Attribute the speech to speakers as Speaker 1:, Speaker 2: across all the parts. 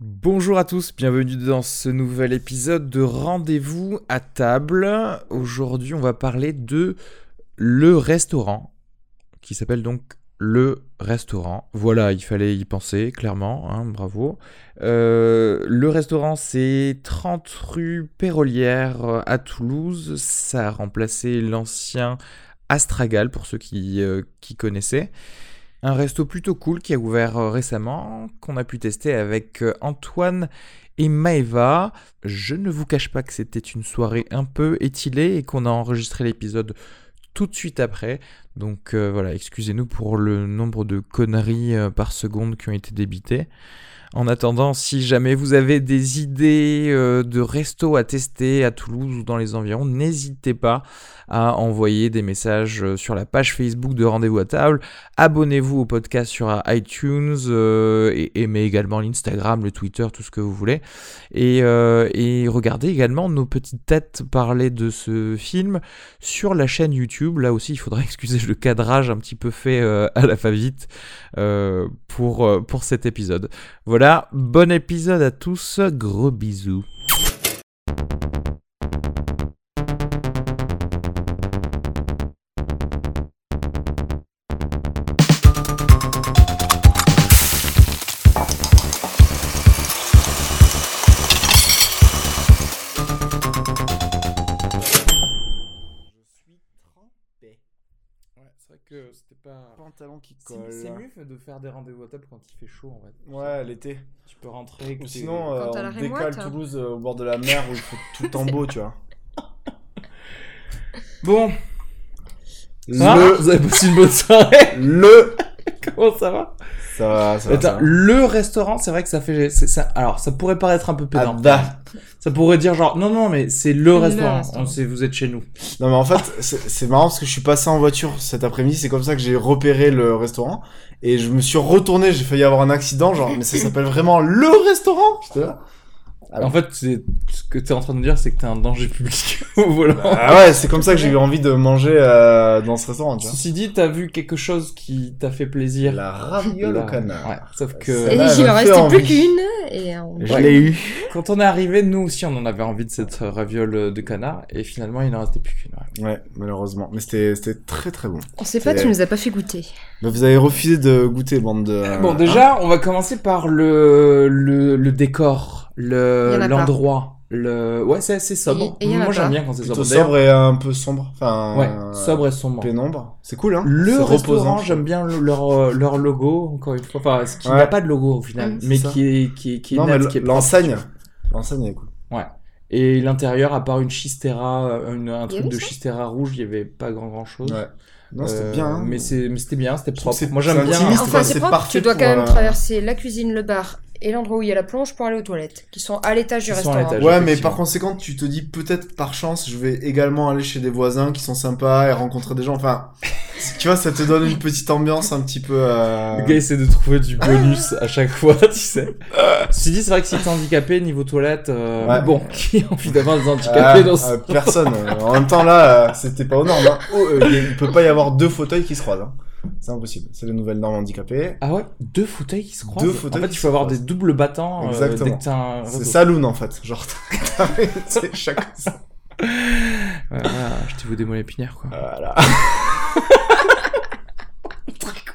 Speaker 1: Bonjour à tous, bienvenue dans ce nouvel épisode de Rendez-vous à table. Aujourd'hui, on va parler de le restaurant, qui s'appelle donc le restaurant. Voilà, il fallait y penser, clairement, hein, bravo. Euh, le restaurant, c'est 30 rue Pérolière à Toulouse. Ça a remplacé l'ancien Astragal, pour ceux qui, euh, qui connaissaient. Un resto plutôt cool qui a ouvert euh, récemment, qu'on a pu tester avec euh, Antoine et Maeva. Je ne vous cache pas que c'était une soirée un peu étilée et qu'on a enregistré l'épisode tout de suite après. Donc euh, voilà, excusez-nous pour le nombre de conneries euh, par seconde qui ont été débitées. En attendant, si jamais vous avez des idées euh, de restos à tester à Toulouse ou dans les environs, n'hésitez pas à envoyer des messages euh, sur la page Facebook de Rendez-vous à table. Abonnez-vous au podcast sur euh, iTunes euh, et aimez également l'Instagram, le Twitter, tout ce que vous voulez. Et, euh, et regardez également nos petites têtes parler de ce film sur la chaîne YouTube. Là aussi, il faudra excuser le cadrage un petit peu fait euh, à la va-vite euh, pour, euh, pour cet épisode. Voilà, bon épisode à tous, gros bisous.
Speaker 2: Je suis trempé.
Speaker 3: Ouais, c'est vrai que c'était pas.
Speaker 2: Pantalon qui
Speaker 3: C'est
Speaker 2: colle.
Speaker 3: c'est mieux de faire des rendez-vous à table quand il fait chaud en fait.
Speaker 4: Ouais, l'été.
Speaker 3: Tu peux rentrer. que
Speaker 4: Ou
Speaker 3: t'es-
Speaker 4: sinon, euh,
Speaker 5: Quand t'as la
Speaker 4: on décale
Speaker 5: rémoite.
Speaker 4: Toulouse euh, au bord de la mer où il fait tout le temps beau, tu vois.
Speaker 3: Bon,
Speaker 4: Le,
Speaker 3: vous avez passé une bonne soirée.
Speaker 4: le,
Speaker 3: Comment ça va
Speaker 4: ça va, ça va. ça
Speaker 3: Attends,
Speaker 4: va.
Speaker 3: le restaurant, c'est vrai que ça fait. c'est- Ça, alors, ça pourrait paraître un peu
Speaker 4: Ah,
Speaker 3: pédant.
Speaker 4: da.
Speaker 3: ça pourrait dire genre, non, non, mais c'est bah. le,
Speaker 5: Le
Speaker 3: restaurant.
Speaker 5: restaurant.
Speaker 3: On sait, vous êtes chez nous.
Speaker 4: Non mais en fait, c'est c'est marrant parce que je suis passé en voiture cet après-midi, c'est comme ça que j'ai repéré le restaurant et je me suis retourné, j'ai failli avoir un accident, genre mais ça s'appelle vraiment le restaurant J'étais là. Ah
Speaker 3: En
Speaker 4: bon.
Speaker 3: fait, c'est- ce que t'es en train de dire, c'est que t'es un danger public au volant.
Speaker 4: Ah ouais, c'est comme ça que j'ai eu envie de manger euh, dans ce restaurant, tu vois.
Speaker 3: Ceci dit, t'as vu quelque chose qui t'a fait plaisir.
Speaker 4: La raviole au
Speaker 3: Là,
Speaker 4: canard.
Speaker 3: Ouais, sauf
Speaker 4: Ça,
Speaker 3: que
Speaker 5: Et
Speaker 4: Euh, là, elle
Speaker 5: il en
Speaker 4: m'a fait
Speaker 5: restait
Speaker 4: envie.
Speaker 5: plus qu'une. Et on...
Speaker 4: Je
Speaker 3: Ouais.
Speaker 4: l'ai eu.
Speaker 3: quand on est arrivé, nous aussi, on en avait envie de cette euh, raviole de canard, et finalement, il n'en restait plus qu'une. ouais.
Speaker 4: Ouais, malheureusement, mais c'était c'était très très bon.
Speaker 5: on sait pas,
Speaker 4: C'est-
Speaker 5: tu nous as pas fait goûter.
Speaker 4: Mais vous avez refusé de goûter bande de
Speaker 3: Bon,
Speaker 4: hein.
Speaker 3: déjà, on va commencer par le, le, le décor,
Speaker 5: Y en
Speaker 3: le,
Speaker 5: a pas.
Speaker 3: l'endroit. Le... Ouais, c'est assez sobre.
Speaker 5: Et- et y en a
Speaker 3: Moi, j'aime
Speaker 5: pas.
Speaker 3: bien quand c'est
Speaker 4: euh, plutôt
Speaker 3: sobre.
Speaker 4: sobre et un peu sombre. Enfin,
Speaker 3: Ouais,
Speaker 4: euh,
Speaker 3: sobre et sombre.
Speaker 4: Pénombre. C'est cool, hein
Speaker 3: Le
Speaker 4: C'est
Speaker 3: restaurant,
Speaker 4: reposant.
Speaker 3: j'aime bien le- leur, euh, leur logo, encore une fois. Enfin, ce qui
Speaker 4: Ouais.
Speaker 3: n'a pas de logo au final,
Speaker 5: Mm,
Speaker 3: mais
Speaker 4: c'est ça.
Speaker 3: qui est, qui est, qui est
Speaker 4: Non, mais
Speaker 3: net,
Speaker 4: l-
Speaker 3: qui est propre.
Speaker 4: l'enseigne. L'enseigne, elle est cool.
Speaker 3: Et l'intérieur, à part une chistera, euh, une, un
Speaker 5: y
Speaker 3: truc
Speaker 5: avait
Speaker 3: de
Speaker 5: ça
Speaker 3: chistera rouge, il n'y avait pas grand grand chose.
Speaker 4: Ouais. Non, c'était
Speaker 3: Euh,
Speaker 4: bien. hein.
Speaker 3: Mais c'est- mais c'était bien, c'était
Speaker 4: trouve
Speaker 3: propre.
Speaker 4: que c'est-
Speaker 3: Moi, j'aime
Speaker 4: c'est
Speaker 3: bien.
Speaker 4: intimiste.
Speaker 5: Enfin,
Speaker 4: quoi,
Speaker 5: c'est
Speaker 4: c'est
Speaker 5: propre, tu
Speaker 4: parfait
Speaker 5: dois
Speaker 4: pour,
Speaker 5: quand même
Speaker 4: euh,
Speaker 5: traverser la cuisine, le bar et l'endroit où il y a la plonge pour aller aux toilettes, qui sont à l'étage du
Speaker 3: Qui sont à
Speaker 5: restaurant.
Speaker 3: l'étage.
Speaker 4: Ouais, mais
Speaker 3: effectivement.
Speaker 4: par conséquent, tu te dis peut-être par chance, je vais également aller chez des voisins qui sont sympas et rencontrer des gens. Enfin, tu vois, ça te donne une petite ambiance un petit peu. euh,
Speaker 3: Le gars essaie de trouver du bonus à chaque fois, tu sais. Ceci dit, c'est vrai que si t'es handicapé, niveau toilette, euh,
Speaker 4: Ouais.
Speaker 3: bon, qui a envie d'avoir des handicapés
Speaker 4: ah,
Speaker 3: dans ce...
Speaker 4: euh, personne. En même temps, là, euh, c'était pas aux normes. hein. Oh, euh, il peut pas y avoir deux fauteuils qui se croisent. hein. C'est impossible. C'est les nouvelles normes handicapées.
Speaker 3: Ah ouais Deux fauteuils qui se croisent
Speaker 4: Deux fauteuils
Speaker 3: En fait, il
Speaker 4: qui
Speaker 3: faut
Speaker 4: se
Speaker 3: avoir
Speaker 4: croisent.
Speaker 3: des doubles battants euh,
Speaker 4: Exactement.
Speaker 3: dès que t'as un
Speaker 4: C'est
Speaker 3: réseau.
Speaker 4: saloon en fait. Genre, t'as- c'est chaque.
Speaker 3: Ouais, voilà, je t'ai vous des mollets épinières, quoi.
Speaker 4: Voilà.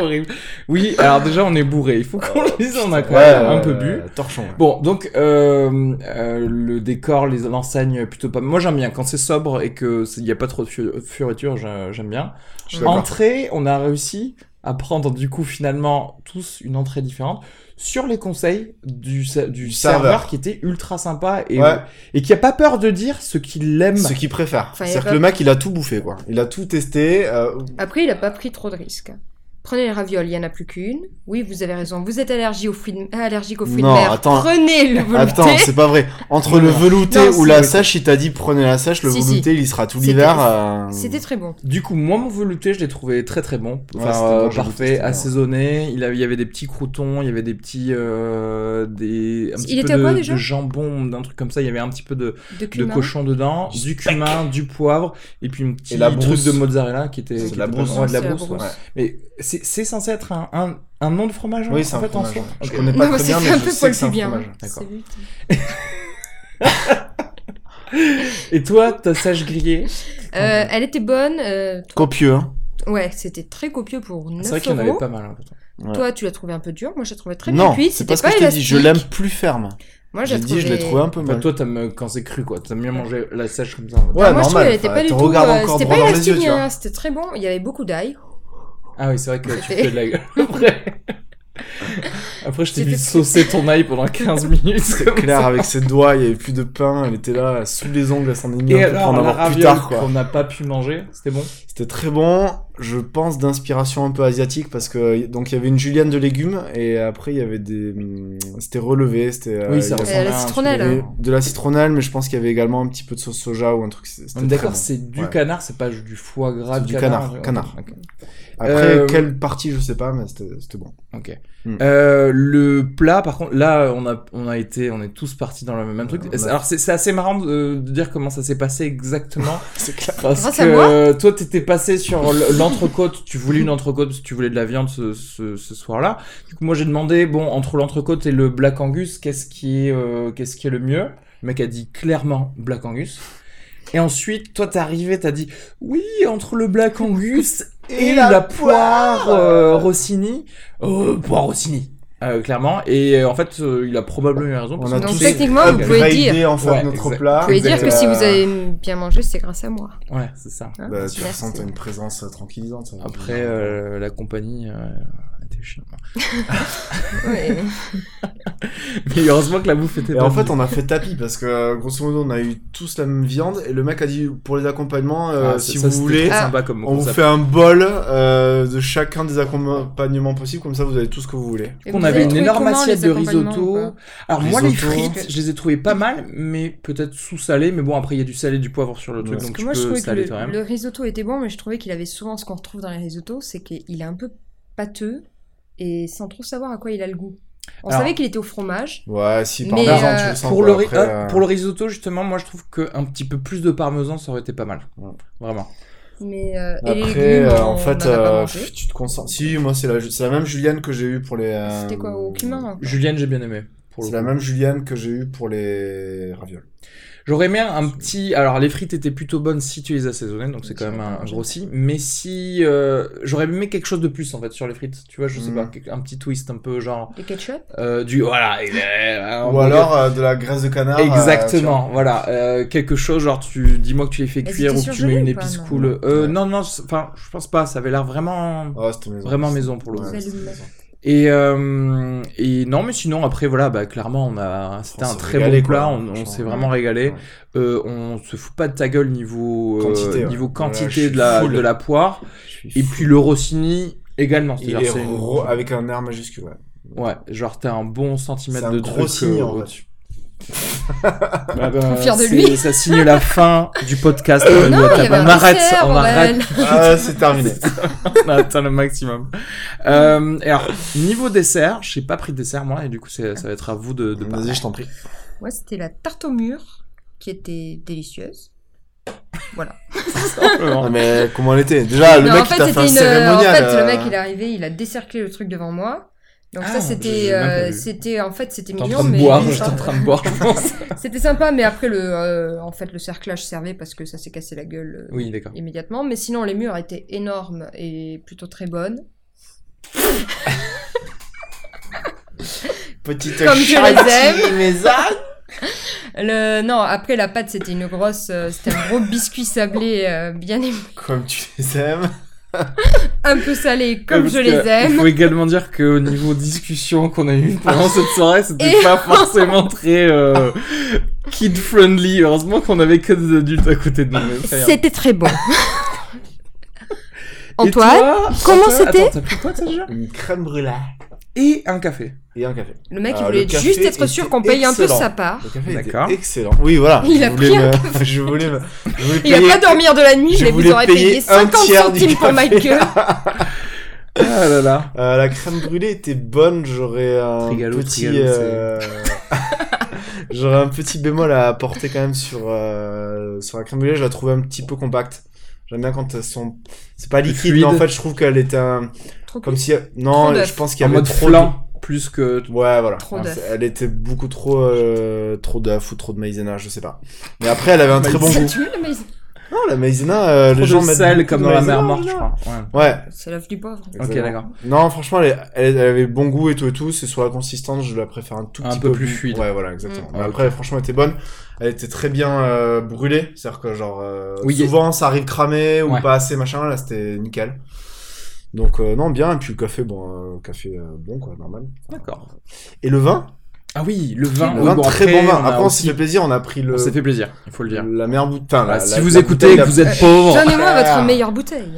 Speaker 3: Horrible. Oui, alors déjà, on est bourré. Il faut qu'on le dise, on a quand
Speaker 4: Ouais,
Speaker 3: même un
Speaker 4: ouais,
Speaker 3: peu bu.
Speaker 4: ouais, Torchon. ouais.
Speaker 3: Bon, donc euh, euh, le décor, les l'enseigne plutôt pas. Moi, j'aime bien quand c'est sobre et que il y a pas trop de fiu- fioritures, je- j'aime bien.
Speaker 4: Je suis d'accord.
Speaker 3: Entrée, on a réussi à prendre du coup finalement tous une entrée différente sur les conseils du, sa- du
Speaker 4: Du
Speaker 3: serveur.
Speaker 4: serveur.
Speaker 3: qui était ultra sympa et,
Speaker 4: Ouais.
Speaker 3: et qui a pas peur de dire ce qu'il aime.
Speaker 4: Ce qu'il préfère.
Speaker 5: Enfin, il y a
Speaker 4: C'est-à-dire
Speaker 5: pas-
Speaker 4: que le mec, il a tout bouffé, quoi. Il a tout testé. euh,
Speaker 5: Après, il a pas pris trop de risques. Prenez les ravioles, il y en a plus qu'une. Oui, vous avez raison, vous êtes allergique aux fruits de, allergique aux fruits
Speaker 4: Non,
Speaker 5: de mer.
Speaker 4: attends.
Speaker 5: Prenez le velouté.
Speaker 4: Attends, c'est pas vrai. Entre le velouté
Speaker 5: Non,
Speaker 4: ou
Speaker 5: si,
Speaker 4: la
Speaker 5: oui.
Speaker 4: sèche, il t'a dit prenez la sèche, le
Speaker 5: Si, si.
Speaker 4: velouté, il y sera tout
Speaker 5: C'était-
Speaker 4: l'hiver. euh,
Speaker 5: C'était très bon.
Speaker 3: Du coup, moi mon velouté, je l'ai trouvé très très bon,
Speaker 4: Ouais,
Speaker 3: enfin
Speaker 4: c'était
Speaker 3: euh,
Speaker 4: bon, j'ai hein. goûté,
Speaker 3: parfait,
Speaker 4: c'était bon.
Speaker 3: assaisonné. Il, avait, il y avait des petits croutons, il y avait des petits euh, des un
Speaker 5: Il
Speaker 3: petit peu
Speaker 5: était à
Speaker 3: de,
Speaker 5: quoi, déjà
Speaker 3: de jambon, d'un truc comme ça. Il y avait un petit peu de,
Speaker 5: De
Speaker 3: de
Speaker 5: cumin.
Speaker 3: cochon dedans, du cumin, du poivre et puis une petite
Speaker 4: la
Speaker 3: truc
Speaker 4: brousse.
Speaker 3: de mozzarella qui était
Speaker 4: C'est
Speaker 3: qui
Speaker 4: de la
Speaker 3: était
Speaker 4: brousse.
Speaker 3: pas- ouais, de la
Speaker 5: C'est la
Speaker 3: brousse, ouais.
Speaker 5: brousse.
Speaker 3: Mais c'est c'est c'est censé être un, un, un nom de fromage. hein,
Speaker 4: Oui, c'est
Speaker 3: en
Speaker 4: un
Speaker 3: fait, en
Speaker 4: fromage.
Speaker 3: soi.
Speaker 4: Je
Speaker 3: Ok.
Speaker 4: connais pas
Speaker 5: Non,
Speaker 4: très
Speaker 5: mais c'est
Speaker 4: bien, mais
Speaker 5: un
Speaker 4: je
Speaker 5: peu
Speaker 4: sais
Speaker 5: poil
Speaker 4: que c'est
Speaker 5: plus
Speaker 4: un
Speaker 5: bien.
Speaker 4: fromage.
Speaker 5: ouais.
Speaker 4: D'accord.
Speaker 5: C'est lui qui-
Speaker 3: Et toi, ta sage grillée
Speaker 5: Euh, elle était bonne. euh, toi-
Speaker 4: Copieux, hein.
Speaker 5: Ouais, c'était très copieux pour 9
Speaker 3: C'est vrai qu'il y en
Speaker 5: euros.
Speaker 3: avait pas mal. hein, pourtant.
Speaker 5: Toi, tu l'as trouvé un peu dur. Moi, je l'ai trouvé très bien
Speaker 4: non,
Speaker 5: cuite.
Speaker 4: c'est pas ce
Speaker 5: c'était
Speaker 4: que je t'ai dit.
Speaker 5: élastique.
Speaker 4: Je l'aime plus ferme.
Speaker 5: Moi, je
Speaker 4: J'ai
Speaker 5: l'ai
Speaker 4: dit,
Speaker 5: trouvé...
Speaker 4: je l'ai trouvé un peu
Speaker 3: Bah,
Speaker 4: mal.
Speaker 3: toi, t'aimes euh, quand c'est cru, quoi. T'aimes bien manger la sèche comme ça.
Speaker 4: Ouais,
Speaker 5: Ah, moi, je trouve
Speaker 4: normal,
Speaker 5: qu'elle était
Speaker 4: enfin,
Speaker 5: pas
Speaker 4: elle
Speaker 5: du
Speaker 4: te
Speaker 5: tout.
Speaker 4: regarde
Speaker 5: euh,
Speaker 4: encore
Speaker 5: C'était
Speaker 4: droit
Speaker 5: pas
Speaker 4: dans les yeux,
Speaker 5: élastique,
Speaker 4: tu vois.
Speaker 5: hein, c'était très bon. Il y avait beaucoup d'ail.
Speaker 3: Ah oui, c'est vrai que tu
Speaker 5: C'était-
Speaker 3: fais de la gueule après. Après, je t'ai vu
Speaker 5: C'était-
Speaker 3: saucer ton ail pendant 15 minutes. comme ça.
Speaker 4: Claire, avec ses doigts, il y avait plus de pain. Elle était là, sous les ongles, elle s'en est mis
Speaker 3: Et
Speaker 4: un peu pour
Speaker 3: alors,
Speaker 4: en
Speaker 3: la
Speaker 4: avoir plus
Speaker 3: raviole
Speaker 4: tard, quoi.
Speaker 3: qu'on n'a pas pu manger, c'était bon
Speaker 4: C'était très bon, je pense d'inspiration un peu asiatique parce que donc il y avait une julienne de légumes et après il y avait des hum, c'était relevé, c'était euh, il y avait-
Speaker 5: ressemble à la
Speaker 4: il y
Speaker 5: citronnelle, hein.
Speaker 4: avait de la citronnelle mais je pense qu'il y avait également un petit peu de sauce soja ou un truc c'était
Speaker 3: On est
Speaker 4: très
Speaker 3: d'accord,
Speaker 4: bon.
Speaker 3: c'est du
Speaker 4: Ouais.
Speaker 3: canard, c'est pas du foie gras.
Speaker 4: C'est du canard, canard.
Speaker 3: Ok.
Speaker 4: Après
Speaker 3: Euh,
Speaker 4: quelle partie, je sais pas mais c'était c'était bon.
Speaker 3: ok.
Speaker 4: Mm.
Speaker 3: Euh, le plat, par contre, là, on a, on a été, on est tous partis dans le même truc.
Speaker 4: Ouais, on a-
Speaker 3: Alors, c'est c'est assez marrant de, de dire comment ça s'est passé exactement.
Speaker 4: C'est clair.
Speaker 3: Parce
Speaker 5: Grâce
Speaker 3: que
Speaker 5: à
Speaker 3: euh, toi, t'étais passé sur l- l'entrecôte. tu voulais une entrecôte parce que tu voulais de la viande ce, ce- ce soir-là. Du coup, moi, j'ai demandé, bon, entre l'entrecôte et le Black Angus, qu'est-ce qui est, euh, qu'est-ce qui est le mieux Le mec a dit clairement Black Angus. Et ensuite, toi, t'es arrivé, t'as dit, oui, entre le Black Angus et, la, poire euh, Rossini. Euh, poire Rossini. euh, clairement, et euh, en fait, euh, il a probablement eu raison. parce
Speaker 4: On a
Speaker 3: que Ah,
Speaker 5: Donc,
Speaker 4: tous
Speaker 3: c'est-
Speaker 5: techniquement, vous pouvez
Speaker 4: upgradé, en fait
Speaker 3: Ouais,
Speaker 4: notre
Speaker 3: exact-
Speaker 4: plat.
Speaker 5: Vous pouvez dire que
Speaker 4: Euh,
Speaker 5: si vous avez bien mangé, c'est grâce à moi.
Speaker 3: Ouais, c'est ça.
Speaker 5: hein.
Speaker 4: bah, tu
Speaker 5: Merci.
Speaker 4: ressens t'as une présence euh, tranquillisante. ça.
Speaker 3: Après, euh, la compagnie euh, était chiante.
Speaker 5: Ouais.
Speaker 3: Mais heureusement que la bouffe était
Speaker 4: Et en fait, on a fait tapis parce que euh, grosso modo, on a eu tous la même viande et le mec a dit pour les accompagnements, euh, si vous voulez,
Speaker 5: Ah.
Speaker 3: sympa comme
Speaker 4: on vous
Speaker 3: concept.
Speaker 4: fait un bol euh, de chacun des accompagnements possibles, comme ça vous avez tout ce que vous voulez.
Speaker 5: Et
Speaker 3: On
Speaker 5: vous
Speaker 3: avait
Speaker 5: avez
Speaker 3: une
Speaker 5: trouvé
Speaker 3: énorme
Speaker 5: comment, les
Speaker 3: assiette de
Speaker 5: accompagnements,
Speaker 3: risotto.
Speaker 5: ou pas
Speaker 3: Alors moi les
Speaker 4: Risotto.
Speaker 3: frites, je les ai trouvées pas mal, mais peut-être sous-salées. Mais bon après il y a du salé, et du poivre sur le truc,
Speaker 4: Ouais.
Speaker 5: Parce
Speaker 3: donc
Speaker 5: que
Speaker 3: tu
Speaker 5: moi, je
Speaker 3: peux
Speaker 5: trouvais que
Speaker 3: saler toi
Speaker 5: le, le risotto était bon, mais je trouvais qu'il avait souvent ce qu'on retrouve dans les risottos, c'est qu'il est un peu pâteux et sans trop savoir à quoi il a le goût. On
Speaker 3: Alors-
Speaker 5: savait qu'il était au fromage.
Speaker 4: Ouais, si par
Speaker 5: Mais,
Speaker 4: l'argent,
Speaker 5: euh,
Speaker 4: tu le sens.
Speaker 3: Pour
Speaker 4: quoi,
Speaker 3: le, ri-
Speaker 4: après,
Speaker 3: ah,
Speaker 4: euh,
Speaker 3: pour le risotto justement, moi je trouve que un petit peu plus de parmesan ça aurait été pas mal.
Speaker 4: Ouais.
Speaker 3: Vraiment.
Speaker 5: Mais euh, et les
Speaker 4: Après,
Speaker 5: légumes,
Speaker 4: euh,
Speaker 5: on
Speaker 4: en fait,
Speaker 5: en a pas
Speaker 4: euh,
Speaker 5: mangé.
Speaker 4: pff, tu te concentres. Si, moi, c'est la, c'est la même Julienne que j'ai eue pour les. euh,
Speaker 5: C'était quoi au cumin hein
Speaker 3: Julienne j'ai bien aimé. Pour le
Speaker 4: C'est la
Speaker 3: coup.
Speaker 4: même Julienne que j'ai eue pour les ravioles.
Speaker 3: J'aurais aimé un petit. Alors les frites étaient plutôt bonnes si tu les assaisonnais, donc c'est quand même un, un grossi. Mais si euh, j'aurais aimé quelque chose de plus en fait sur les frites, tu vois, je sais
Speaker 4: Mm.
Speaker 3: pas, quelque- un petit twist un peu genre
Speaker 5: Du ketchup
Speaker 3: euh, du voilà. il est- un
Speaker 4: Ou
Speaker 3: hamburger
Speaker 4: alors euh, de la graisse de canard. euh,
Speaker 3: Ah, Exactement, voilà. Euh, quelque chose, genre, tu dis-moi que tu les fais
Speaker 5: Elles
Speaker 3: cuire ou
Speaker 5: étaient
Speaker 3: que tu
Speaker 5: surgelées
Speaker 3: mets une
Speaker 5: ou pas,
Speaker 3: épice
Speaker 5: non
Speaker 3: cool. Euh,
Speaker 4: Ouais.
Speaker 3: Non, non, c'est- enfin, je pense pas. Ça avait l'air vraiment.
Speaker 4: tu vois. Ouais, c'était maison.
Speaker 3: Vraiment maison pour le
Speaker 4: Ouais,
Speaker 3: coup.
Speaker 4: c'était
Speaker 5: Allume.
Speaker 4: maison.
Speaker 3: Et, euh, et non, mais sinon, après, voilà, bah, clairement, on a. C'était
Speaker 4: On
Speaker 3: un
Speaker 4: s'est
Speaker 3: très
Speaker 4: régalé,
Speaker 3: bon
Speaker 4: quoi,
Speaker 3: plat. on on
Speaker 4: franchement.
Speaker 3: s'est vraiment régalé.
Speaker 4: Ouais.
Speaker 3: Euh, on se fout pas de ta gueule niveau euh,
Speaker 4: Quantité, ouais.
Speaker 3: niveau
Speaker 4: Ouais,
Speaker 3: quantité
Speaker 4: je suis
Speaker 3: de la
Speaker 4: full.
Speaker 3: de la poire.
Speaker 4: Je suis
Speaker 3: Et
Speaker 4: fou.
Speaker 3: puis le rossini également.
Speaker 4: Il
Speaker 3: C'est-à-dire,
Speaker 4: est
Speaker 3: c'est-
Speaker 4: gros avec un R majuscule. Ouais.
Speaker 3: Ouais, genre t'as un bon
Speaker 4: C'est
Speaker 3: centimètre
Speaker 4: un
Speaker 3: de
Speaker 4: gros
Speaker 3: truc,
Speaker 4: signe
Speaker 3: euh,
Speaker 4: en
Speaker 3: au-dessus.
Speaker 4: fait.
Speaker 3: Ah ben,
Speaker 5: Trop fier de
Speaker 3: c'est-
Speaker 5: lui.
Speaker 3: Ça signe la fin du podcast. Euh,
Speaker 4: Euh,
Speaker 3: on
Speaker 5: Non, il y avait un
Speaker 3: arrête,
Speaker 5: dessert,
Speaker 3: on arrête,
Speaker 5: bordel.
Speaker 4: Ah, c'est terminé.
Speaker 3: on a atteint le maximum. Euh, et alors, niveau dessert, j'ai pas pris de dessert moi, et du coup, c'est- ça va être à vous de, de parler.
Speaker 4: Vas-y, je t'en prie.
Speaker 5: Moi, c'était la tarte au mur qui était délicieuse.
Speaker 4: Non, mais comment elle était Déjà, Ah, le
Speaker 5: Non,
Speaker 4: mec
Speaker 5: en fait,
Speaker 4: il t'a fait un
Speaker 5: c'était une. En
Speaker 4: cérémonial.
Speaker 5: fait, le
Speaker 4: euh,
Speaker 5: mec, il est arrivé, il a décerclé le truc devant moi. Donc
Speaker 3: Ah,
Speaker 5: ça,
Speaker 3: j'ai
Speaker 5: c'était,
Speaker 3: même pas
Speaker 5: euh,
Speaker 3: vu.
Speaker 5: c'était, en fait, c'était
Speaker 3: T'es en
Speaker 5: mignon,
Speaker 3: train de
Speaker 5: mais
Speaker 3: boire,
Speaker 5: c'était
Speaker 3: j'étais en
Speaker 5: sympa.
Speaker 3: train de boire, je pense.
Speaker 5: c'était sympa. Mais après le, euh, en fait, le cerclage servait parce que ça s'est cassé la gueule euh,
Speaker 3: Oui, d'accord.
Speaker 5: immédiatement. Mais sinon, les murs étaient énormes et plutôt très bonnes.
Speaker 4: euh, Petite
Speaker 5: Comme je
Speaker 4: charité,
Speaker 5: les
Speaker 4: mes âmes.
Speaker 5: Le, non, après la pâte, c'était une grosse, euh, c'était un gros biscuit sablé euh, bien aimé,
Speaker 4: Comme tu les aimes.
Speaker 5: un peu salé,
Speaker 3: Ouais,
Speaker 5: comme
Speaker 3: parce
Speaker 5: je
Speaker 3: que
Speaker 5: les aime. Ah.
Speaker 3: Il faut également dire qu'au niveau discussion qu'on a eu pendant cette soirée, c'était
Speaker 5: Et-
Speaker 3: pas forcément très euh, kid-friendly. Heureusement qu'on avait que des adultes à côté de nous. mais ça y est.
Speaker 5: C'était très bon.
Speaker 3: Et toi,
Speaker 5: Antoine, comment
Speaker 3: Antoine-
Speaker 5: c'était
Speaker 3: Attends, t'as pris quoi, toi, déjà
Speaker 4: Une crème brûlée
Speaker 3: Et un café.
Speaker 4: et un café.
Speaker 5: le mec, il
Speaker 4: Ah, le
Speaker 5: voulait
Speaker 4: café
Speaker 5: juste être sûr
Speaker 4: était
Speaker 5: qu'on paye un peu
Speaker 4: excellent.
Speaker 5: sa part.
Speaker 4: Le café était
Speaker 3: D'accord.
Speaker 4: excellent. Oui, voilà.
Speaker 5: Il
Speaker 4: je
Speaker 5: a
Speaker 4: voulais
Speaker 5: pris
Speaker 4: me... Je voulais me... Je voulais
Speaker 5: Il va
Speaker 4: payer-
Speaker 5: pas dormir de la nuit,
Speaker 4: je
Speaker 5: je vous
Speaker 4: voulais
Speaker 5: aurais
Speaker 4: payer
Speaker 5: payé
Speaker 4: un
Speaker 5: 50
Speaker 4: tiers du
Speaker 5: centimes pour ma
Speaker 4: café.
Speaker 5: gueule.
Speaker 3: Ah là là.
Speaker 4: Euh, la crème brûlée était bonne. J'aurais un
Speaker 3: Trigalo,
Speaker 4: petit...
Speaker 3: Trigalo,
Speaker 4: euh, J'aurais un petit bémol à apporter quand même sur, euh, sur la crème brûlée. Je la trouvais un petit peu compacte. J'aime bien quand elles sont... C'est pas liquide, mais en
Speaker 3: fluide.
Speaker 4: fait, je trouve qu'elle était un...
Speaker 5: Trop
Speaker 4: Comme
Speaker 5: cuit.
Speaker 4: si non,
Speaker 5: Trop d'œufs.
Speaker 4: je pense qu'il y
Speaker 3: En
Speaker 4: avait
Speaker 3: mode
Speaker 4: trop
Speaker 3: flan, plus que.
Speaker 4: de- Euh, Ouais, voilà.
Speaker 5: Trop
Speaker 4: Ouais,
Speaker 5: d'œufs.
Speaker 4: Elle était beaucoup trop euh, trop d'œuf ou trop de maïzena, je sais pas. Mais après elle avait un très bon
Speaker 5: Ça
Speaker 4: goût.
Speaker 5: tue le maïs.
Speaker 4: Non, la maïzena euh,
Speaker 3: Trop
Speaker 4: les gens
Speaker 3: de
Speaker 4: mettent
Speaker 3: sel
Speaker 4: beaucoup
Speaker 3: comme
Speaker 4: de
Speaker 3: dans la
Speaker 4: maïzena,
Speaker 3: mer morte, je
Speaker 4: voilà.
Speaker 3: crois. Ouais.
Speaker 4: Ouais,
Speaker 5: C'est l'œuf du pauvre.
Speaker 3: Ok,
Speaker 4: Exactement.
Speaker 3: d'accord.
Speaker 4: Non, franchement, elle, elle- elle avait bon goût et tout et tout. C'est sur la consistance, je la préfère un tout
Speaker 3: Un
Speaker 4: petit
Speaker 3: peu plus fluide.
Speaker 4: Ouais, voilà, exactement.
Speaker 5: Mm.
Speaker 4: Mais
Speaker 3: Ah,
Speaker 4: après, franchement, elle était bonne. Elle était très bien euh, brûlée. C'est-à-dire que, genre, euh,
Speaker 3: Oui,
Speaker 4: souvent, ça arrive cramé ou
Speaker 3: Ouais.
Speaker 4: pas assez, machin. Là, c'était nickel. Donc, euh, non, bien. Et puis, le café, bon, euh, café euh, bon, quoi, normal.
Speaker 3: D'accord.
Speaker 4: Et le vin
Speaker 3: Ah oui, le vin.
Speaker 4: Le
Speaker 3: oui,
Speaker 4: vin,
Speaker 3: bon,
Speaker 4: très bon vin.
Speaker 3: on a
Speaker 4: Après, on
Speaker 3: aussi-
Speaker 4: s'est fait plaisir. On a pris le.
Speaker 3: on s'est fait plaisir, il faut le dire.
Speaker 4: La meilleure bouteille. Enfin, la-
Speaker 3: Ah, si
Speaker 4: la-
Speaker 3: vous
Speaker 4: la
Speaker 3: écoutez et que
Speaker 4: bouteille
Speaker 3: vous êtes pauvre.
Speaker 5: Donnez-moi
Speaker 4: Ah.
Speaker 5: votre meilleure bouteille.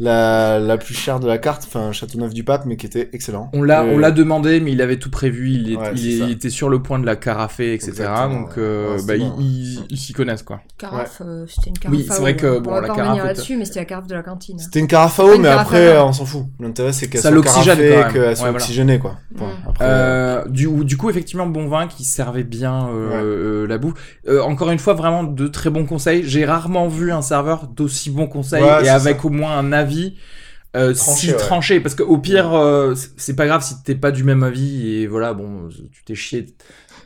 Speaker 4: La, la, la plus chère de la carte, enfin, Châteauneuf du Pape, mais qui était excellent.
Speaker 3: On l'a,
Speaker 4: Et-
Speaker 3: on l'a demandé, mais il avait tout prévu. Il, est-
Speaker 4: Ouais,
Speaker 3: il
Speaker 4: c'est
Speaker 3: est-
Speaker 4: ça.
Speaker 3: il était sur le point de la carafer, etc.
Speaker 4: Exactement,
Speaker 3: donc,
Speaker 4: ouais.
Speaker 3: euh,
Speaker 4: Ouais, c'est
Speaker 3: bah,
Speaker 4: bon, ouais.
Speaker 3: ils, ils- ils s'y connaissent, quoi.
Speaker 5: Carafe, euh, c'était une carafe.
Speaker 3: Oui, c'est
Speaker 5: à
Speaker 3: vrai
Speaker 5: eau,
Speaker 3: que,
Speaker 5: hein.
Speaker 3: bon,
Speaker 5: on va
Speaker 3: la
Speaker 5: pas
Speaker 3: carafe
Speaker 5: revenir
Speaker 3: est-
Speaker 5: là-dessus, mais c'était la carafe de la cantine.
Speaker 4: C'était une carafe à eau,
Speaker 5: Pas une
Speaker 4: mais
Speaker 5: carafe à
Speaker 4: après,
Speaker 5: vin.
Speaker 4: on s'en fout. L'intérêt, c'est qu'elle
Speaker 3: Ça
Speaker 4: soit
Speaker 3: l'oxygène,
Speaker 4: carafée
Speaker 3: quand même.
Speaker 4: et qu'elle soit
Speaker 3: Ouais, voilà.
Speaker 4: oxygénée, quoi. Point.
Speaker 5: Mm.
Speaker 4: Après,
Speaker 3: Euh, du, ou- du coup, effectivement, bon vin qui servait bien euh,
Speaker 4: Ouais.
Speaker 3: euh, la bouffe. Euh, encore une fois, vraiment de très bons conseils. J'ai rarement vu un serveur d'aussi bons conseils
Speaker 4: Ouais,
Speaker 3: et
Speaker 4: c'est
Speaker 3: avec au moins un avis euh,
Speaker 4: Tranché,
Speaker 3: tranché,
Speaker 4: ouais.
Speaker 3: tranché. Parce que au pire, euh, c'est- c'est pas grave si t'es pas du même avis et voilà, bon, tu t'es chié,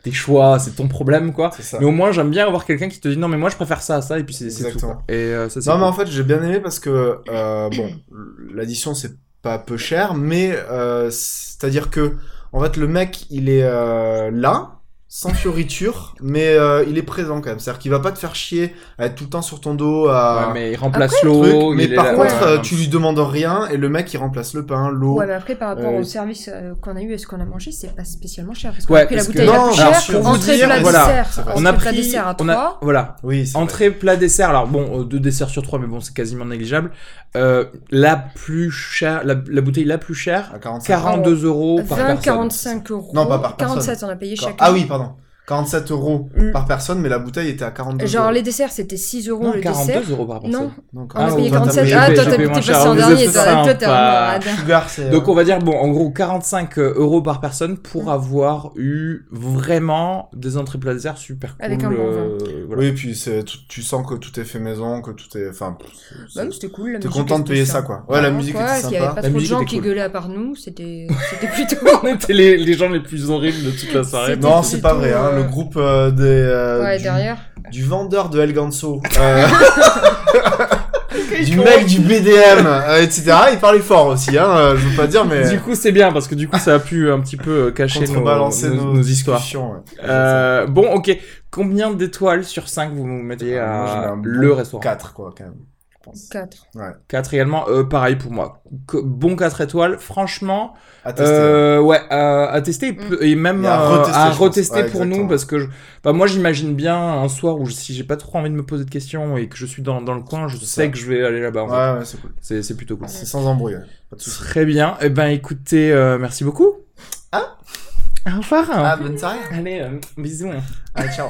Speaker 3: tes choix, c'est ton problème, quoi.
Speaker 4: c'est ça.
Speaker 3: Mais au moins, j'aime bien avoir quelqu'un qui te dit non, mais moi je préfère ça à ça, et puis c'est c'est tout.
Speaker 4: Exactement.
Speaker 3: quoi. Et euh, ça, c'est.
Speaker 4: Non, mais en
Speaker 3: cool.
Speaker 4: fait, j'ai bien aimé parce que, euh, bon, l'addition, c'est pas peu cher, mais euh, c'est-à-dire que, en fait, le mec, il est euh, là, sans fioriture, mais euh, il est présent quand même. C'est-à-dire qu'il va pas te faire chier à être tout le temps sur ton dos, à.
Speaker 3: Ouais, mais il remplace
Speaker 4: truc,
Speaker 3: l'eau, il
Speaker 4: mais
Speaker 3: est
Speaker 4: par
Speaker 3: là-
Speaker 4: contre,
Speaker 3: ouais,
Speaker 4: euh,
Speaker 3: ouais.
Speaker 4: tu lui demandes rien et le mec il remplace le pain, l'eau.
Speaker 5: Ouais, mais après, par rapport
Speaker 4: Euh,
Speaker 5: au service euh, qu'on a eu et ce qu'on a mangé, c'est pas spécialement cher. Parce qu'on
Speaker 3: Ouais,
Speaker 5: a pris la
Speaker 3: parce que-
Speaker 5: bouteille la
Speaker 4: Non,
Speaker 5: plus
Speaker 4: alors,
Speaker 5: chère,
Speaker 4: pour vous
Speaker 5: entrée
Speaker 4: dire,
Speaker 5: plat
Speaker 3: voilà,
Speaker 4: c'est
Speaker 5: dessert.
Speaker 4: vrai.
Speaker 3: On a
Speaker 5: Entrée plat
Speaker 3: pris-
Speaker 5: dessert à
Speaker 3: on a-
Speaker 5: 3.
Speaker 3: Voilà.
Speaker 4: Oui, c'est vrai.
Speaker 3: Entrée, plat, dessert. Alors bon, euh, deux desserts sur trois, mais bon, c'est quasiment négligeable. Euh, la plus chère, la, la bouteille la plus chère,
Speaker 4: À 45.
Speaker 5: Oh,
Speaker 3: 42 euros par
Speaker 5: 20,
Speaker 3: personne.
Speaker 5: 45 euros.
Speaker 4: Non, pas par personne.
Speaker 5: 47, on a payé chacun.
Speaker 4: Ah oui, pardon. 47 euros
Speaker 5: Mm.
Speaker 4: par personne, mais la bouteille était à 42
Speaker 5: Genre,
Speaker 4: euros.
Speaker 5: les desserts, c'était 6 euros
Speaker 3: Non,
Speaker 5: le
Speaker 3: 42
Speaker 5: dessert.
Speaker 3: euros par personne.
Speaker 5: Non,
Speaker 4: Donc, euh,
Speaker 5: on a
Speaker 3: Ah,
Speaker 5: payé
Speaker 3: oui,
Speaker 5: 47.
Speaker 3: j'ai
Speaker 5: Ah,
Speaker 3: payé-
Speaker 5: toi,
Speaker 3: j'ai
Speaker 5: t'as
Speaker 3: payé moins
Speaker 5: t'es
Speaker 3: cher.
Speaker 5: passé en
Speaker 3: Vous êtes
Speaker 5: dernier. Toi, toi, t'es un
Speaker 3: sympa.
Speaker 5: malade.
Speaker 4: Sugar, c'est.
Speaker 3: Donc on va dire bon en gros 45 euros par personne pour
Speaker 5: Mm.
Speaker 3: avoir eu vraiment des entrées plat dessert super cool.
Speaker 5: Avec un bon vin.
Speaker 3: euh, voilà.
Speaker 4: Oui, et puis c'est- tu, tu sens que tout est fait maison, que tout est. Enfin, pff, c'est-
Speaker 5: Bah, mais c'était cool. la
Speaker 4: t'es
Speaker 5: musique
Speaker 4: content de
Speaker 5: était
Speaker 4: payer
Speaker 5: sympa.
Speaker 4: ça, quoi. Ouais, la
Speaker 5: Vraiment,
Speaker 4: musique
Speaker 5: quoi,
Speaker 4: était
Speaker 5: parce qu'il y avait
Speaker 4: sympa.
Speaker 5: pas
Speaker 3: La
Speaker 5: trop de
Speaker 3: musique
Speaker 5: gens
Speaker 3: était
Speaker 5: qui
Speaker 3: cool.
Speaker 5: gueulaient à part nous. C'était c'était plutôt.
Speaker 3: On était les, les gens les plus horribles de toute la soirée.
Speaker 5: C'était
Speaker 4: Non, c'est pas
Speaker 5: plutôt,
Speaker 4: vrai, hein.
Speaker 5: euh,
Speaker 4: Le groupe euh, des. euh,
Speaker 5: Ouais,
Speaker 4: du,
Speaker 5: derrière.
Speaker 4: du vendeur de El Ganso. euh, du mec du BDM, euh, etc. Il parlait fort aussi, hein. euh, je veux pas dire, mais.
Speaker 3: Du coup, c'est bien parce que du coup, ça a pu un petit peu euh, cacher nos,
Speaker 4: Contrebalancer
Speaker 3: nos-
Speaker 4: nos,
Speaker 3: nos histoires.
Speaker 4: discussions, ouais.
Speaker 3: Euh, bon, ok. Combien d'étoiles sur 5 vous mettez
Speaker 4: Ah, moi, je mets
Speaker 3: à
Speaker 4: un bon
Speaker 3: le restaurant
Speaker 4: 4, quoi, quand même. je pense.
Speaker 5: 4.
Speaker 3: 4 également. Euh, pareil pour moi. Que- bon 4 étoiles. Franchement,
Speaker 4: À tester. hein.
Speaker 3: Euh, ouais, à, à tester et
Speaker 5: Mm.
Speaker 3: peu- et même
Speaker 4: Et à
Speaker 3: euh,
Speaker 4: retester,
Speaker 3: à
Speaker 4: je pense.
Speaker 3: retester
Speaker 4: Ouais,
Speaker 3: pour nous
Speaker 4: exactement.
Speaker 3: parce que je- bah, moi j'imagine bien un soir où je- si j'ai pas trop envie de me poser de questions et que je suis dans, dans le coin, je sais
Speaker 4: ça.
Speaker 3: que je vais aller là-bas. en fait.
Speaker 4: Ouais, ouais, c'est cool.
Speaker 3: C'est c'est plutôt cool.
Speaker 4: C'est sans embrouille, ouais. pas de soucis.
Speaker 3: Très bien. Eh ben écoutez, euh, merci beaucoup. Ah Au revoir.
Speaker 4: Ah, bonne soirée.
Speaker 3: Allez, euh, bisous.
Speaker 4: Allez, ciao.